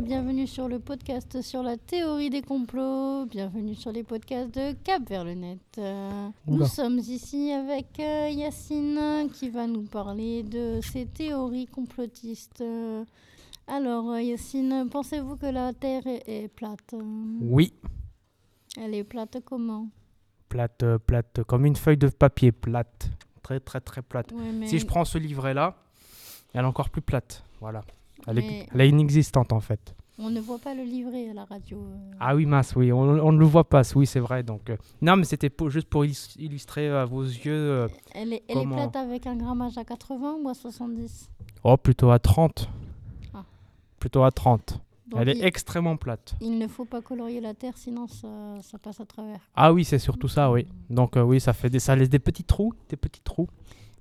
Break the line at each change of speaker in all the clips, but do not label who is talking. bienvenue sur le podcast sur la théorie des complots. Bienvenue sur les podcasts de Cap vers le net. Euh, nous
Oula.
sommes ici avec euh, Yacine qui va nous parler de ses théories complotistes. Euh, alors, euh, Yacine, pensez-vous que la Terre est, est plate Euh,
Oui,
Elle est plate comment
plate, euh, plate, comme une feuille de papier plate. Très, très, très plate.
Ouais, mais-
Si je prends ce livret-là, elle est encore plus plate. Voilà. Elle,
Mais-
est, elle est inexistante en fait.
On ne voit pas le livret à la radio. euh.
Ah oui, mince, oui, on, on ne le voit pas, oui, c'est vrai. Donc, euh, Non, mais c'était pour- juste pour illus- illustrer euh, à vos yeux. euh,
Elle, est, elle est
Comment
plate avec un grammage à 80 ou à 70
oh, plutôt à 30.
Ah.
Plutôt à 30.
Donc,
elle est
il-
extrêmement plate.
Il ne faut pas colorier la terre, sinon ça, ça passe à travers.
Ah oui, c'est surtout ça, oui. Donc euh, oui, ça, fait des, ça laisse des petits trous, des petits trous.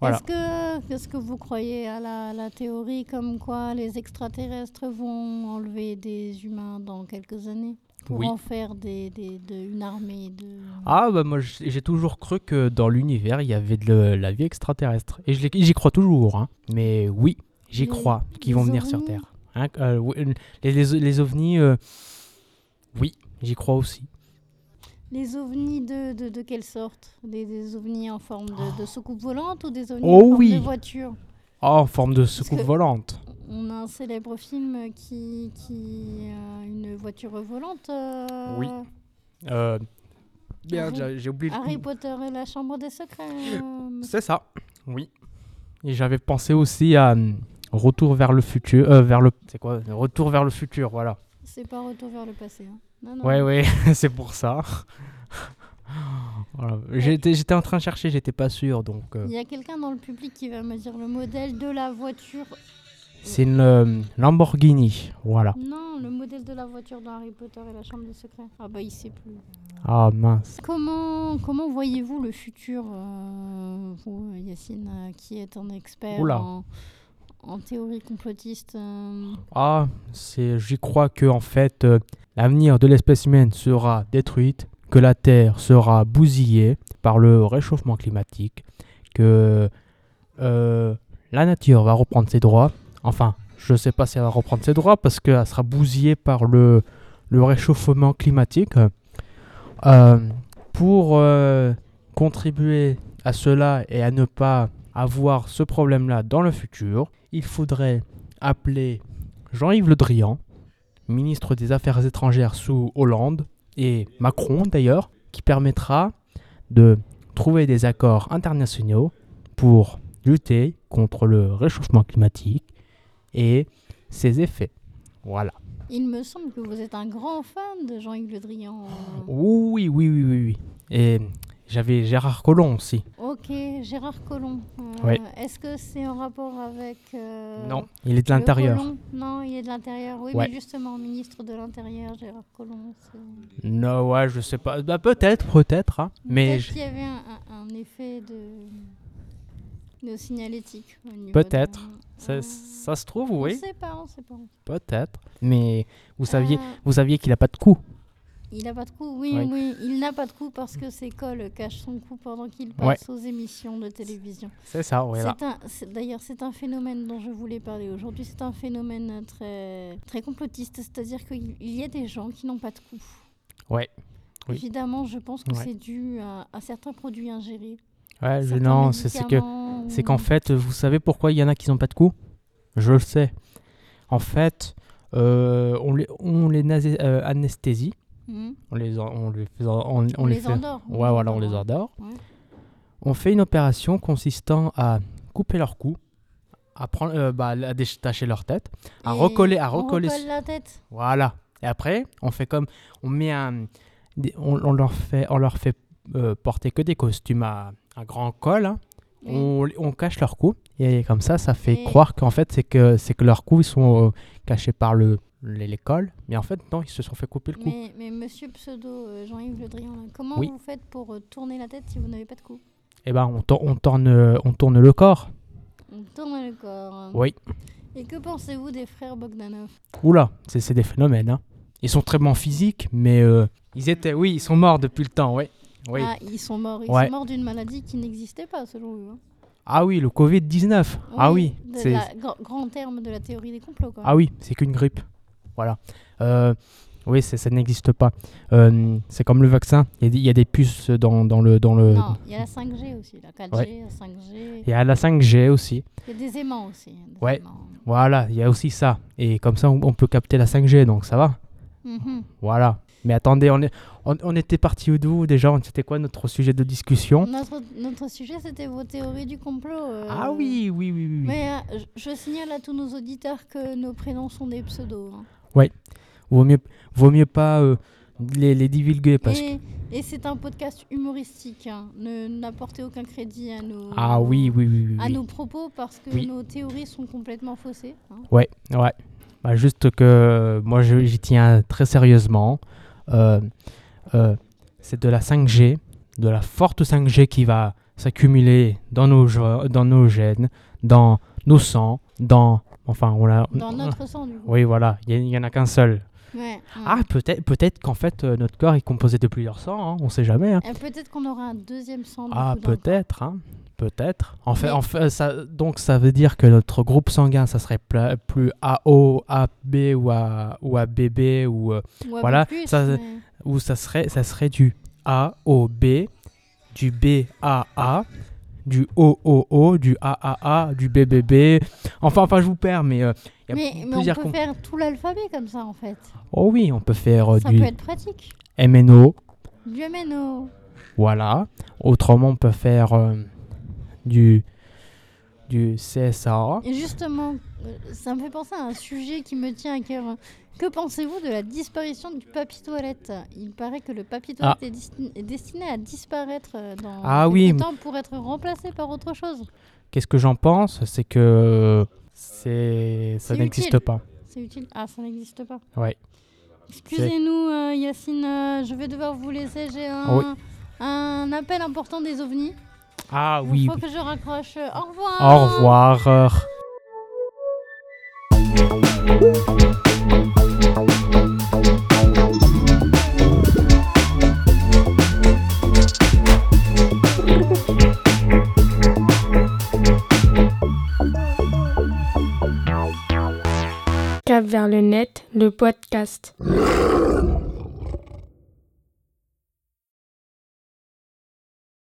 Voilà.
Est-ce que, est-ce que vous croyez à la, la théorie comme quoi les extraterrestres vont enlever des humains dans quelques années pour
Oui.
en faire des, des- de- une armée de...
Ah bah moi j- j'ai toujours cru que dans l'univers il y avait de le- la vie extraterrestre et je l'ai- j'y crois toujours hein. Mais oui, j'y
Les-
crois
les
qu'ils vont venir sur
ovnis.
Terre. Hein, euh, oui, euh, les, les- les ovnis, euh, oui, j'y crois aussi.
Les ovnis de, de, de quelle sorte des, des ovnis en forme de, de soucoupe volante ou des ovnis
Oh
en forme
oui.
de voiture
Oh, en forme de soucoupe
que-
volante.
On a un célèbre film qui... qui euh, une voiture volante. euh,
Oui. Euh,
Ah
merde,
oui.
là, j'ai oublié. le-
Harry Potter et la chambre des secrets. euh,
C'est ça. Oui. Et j'avais pensé aussi à hum, Retour vers le futur, euh, vers le, c'est quoi Retour vers le futur, voilà.
C'est pas retour vers le passé. hein. Non, non.
Ouais, ouais, c'est pour ça. Voilà. J'étais j'étais en train de chercher, j'étais pas sûr. Donc, euh,
Il y a quelqu'un dans le public qui va me dire le modèle de la voiture.
c'est une euh, Lamborghini. Voilà.
Non, le modèle de la voiture dans Harry Potter et la chambre des secrets. Ah bah il sait plus.
Ah mince.
Comment, comment voyez-vous le futur, euh, vous, Yacine, euh, qui est un expert
Oula.
en, en théorie complotiste euh,
Ah, c'est. J'y crois que en fait, euh, l'avenir de l'espèce humaine sera détruite, que la Terre sera bousillée par le réchauffement climatique, que euh, la nature va reprendre ses droits. Enfin, je sais pas si elle va reprendre ses droits parce qu'elle sera bousillée par le, le réchauffement climatique. Euh, pour euh, contribuer à cela et à ne pas avoir ce problème-là dans le futur, il faudrait appeler Jean-Yves Le Drian, ministre des Affaires étrangères sous Hollande, et Macron d'ailleurs, qui permettra de trouver des accords internationaux pour lutter contre le réchauffement climatique et ses effets. Voilà.
Il me semble que vous êtes un grand fan de Jean-Yves Le Drian.
Oh.
euh.
Oui, oui, oui, oui, oui. Et j'avais Gérard Collomb aussi.
Ok, Gérard Collomb. euh,
Ouais.
Est-ce que c'est en rapport avec... euh,
Il est de
Le
l'intérieur.
Colomb, Non, il est de l'intérieur. Oui,
Ouais.
mais justement, ministre de l'intérieur, Gérard Collomb. c'est-
Non, ouais, je sais pas. Bah, peut-être, peut-être. hein. Mais
Peut-être
je-
qu'il y avait un, un- un effet de, de signalétique. au niveau
Peut-être.
d'un-
ça,
un-
ça se trouve,
Euh, On
oui.
sait pas, on sait pas.
Peut-être. Mais vous saviez,
Euh,
vous saviez qu'il a pas de cou.
il n'a pas de coup, oui,
Ouais.
oui. Il n'a pas de coup parce que ses cols cachent son coup pendant qu'il passe aux émissions de télévision.
C'est ça, voilà.
C'est un- c'est- D'ailleurs, c'est un phénomène dont je voulais parler aujourd'hui. C'est un phénomène très, très complotiste, c'est-à-dire qu'il il y a des gens qui n'ont pas de coup.
Ouais. Oui.
Évidemment, je pense que
Ouais.
c'est dû à, à certains produits ingérés.
Ouais, je-
certains
non, c'est c'est que
médicaments
c'est
ou-
qu'en fait, vous savez pourquoi il y en a qui n'ont pas de cou Je le sais. En fait, euh, on les on les nasé- euh, anesthésie,
Hmm.
on les en- on les fait en- on,
on,
on les
les
fait-
endort. on
Ouais, voilà, on les
endort.
endort.
Ouais.
On fait une opération consistant à couper leur cou, à prendre euh, bah, à détacher leur tête, à
Et
recoller à
on
recoller
recolle la tête.
Voilà. Et après, on fait comme, on met un, des- on, on leur fait, on leur fait euh, porter que des costumes à, à grand col. hein.
Oui.
On, on cache leur cou et comme ça, ça fait
Et-
croire qu'en fait, c'est que c'est que leurs cou ils sont euh, cachés par le les, les cols. Mais en fait, non, ils se sont fait couper le cou.
Mais, mais monsieur pseudo euh, Jean-Yves Le Drian, là, comment
Oui.
vous faites pour euh, tourner la
Eh
tête si vous n'avez pas de coup
Et ben, on, tour- on tourne, euh, on tourne le corps.
On tourne le corps.
Oui.
Et que pensez-vous des frères Bogdanov
Oula, c'est c'est des phénomènes. hein. Ils sont très bons en physique, mais euh, ils étaient, oui, ils sont morts depuis le temps, oui. Oui.
Ah, ils sont morts. Ils
Ouais.
sont morts d'une maladie qui n'existait pas, selon eux. hein.
Ah oui, le Covid-19. ah oui,
de
c'est
la- gr- grand terme de la théorie des complots, quoi.
ah oui, c'est qu'une grippe. Voilà. Euh, oui, c'est- ça n'existe pas. Euh, c'est comme le vaccin. Il y a des- il y, a des puces dans, dans le... Dans le...
Non, il y a la 5G aussi, la 4G,
euh, Ouais.
la 5G.
Il y a la 5G aussi.
Il y a des aimants aussi. hein, des
Ouais.
aimants.
Voilà, il y a aussi ça. Et comme ça, on, on peut capter la 5G, donc ça va.
Mhm.
Voilà. Mais attendez, on, est, on, on était parti d'où déjà On- C'était quoi notre sujet de discussion
Notre, notre sujet, c'était vos théories du complot. euh.
Ah oui, oui, oui, oui. oui.
Mais euh, je je signale à tous nos auditeurs que nos prénoms sont des pseudos. hein.
Vaut, mieux, vaut mieux pas euh, les, les divulguer parce que...
Et, et c'est un podcast humoristique. hein. Ne n'apportez aucun crédit à nos,
Ah oui, oui, oui, oui.
à
oui.
nos propos parce que
Oui.
nos théories sont complètement faussées. hein.
Ouais, ouais. Bah, juste que euh, moi, je- j'y tiens très sérieusement. Euh, euh, c'est de la 5G, de la forte 5G qui va s'accumuler dans nos, ge- dans nos gènes, dans nos sangs, dans... Enfin, on l'a...
Dans notre sang, du coup.
Oui, voilà, il n'y en a qu'un seul.
Ouais, hein.
Ah, peut-être peut-être qu'en fait, euh, notre corps est composé de plusieurs sangs, hein, on sait jamais. hein.
Et peut-être qu'on aura un deuxième sang. du
Ah,
coup, dans le-
peut-être, hein, peut-être. En fait,
Oh, Mais-
en fait, ça, donc ça veut dire que notre groupe sanguin, ça serait pla- plus AO, AB ou, A, ou ABB, ou,
ou
euh,
un peu
Voilà,
plus,
ça-
mais-
ou ça, serait, ça serait du AOB, du BAA, du OOO, du AAA, du BBB. Enfin, enfin je vous perds, mais euh, il y
Mais,
a
mais on
plusieurs...
peut
com-
faire tout l'alphabet comme ça, en fait.
Oh oui, on peut faire euh,
ça
du
peut être pratique.
MNO.
Du MNO.
Voilà. Autrement, on peut faire euh, du, du CSA.
Et justement, euh, ça me fait penser à un sujet qui me tient à cœur. Que pensez-vous de la disparition du papier toilette Il paraît que le papier
Ah.
toilette est, desti- est destiné à disparaître euh, dans
Ah
quelques
oui, mais-
temps pour être remplacé par autre chose.
Qu'est-ce que j'en pense C'est que c'est ça
C'est
n'existe
utile.
pas.
C'est utile Ah, ça n'existe pas.
Ouais.
Excusez-nous, euh, Yacine, euh, je vais devoir vous laisser. J'ai un,
Oui.
un appel important des ovnis.
Ah
Il
oui.
faut que je raccroche. Au revoir.
Au revoir. euh.
Cap vers le net, le podcast.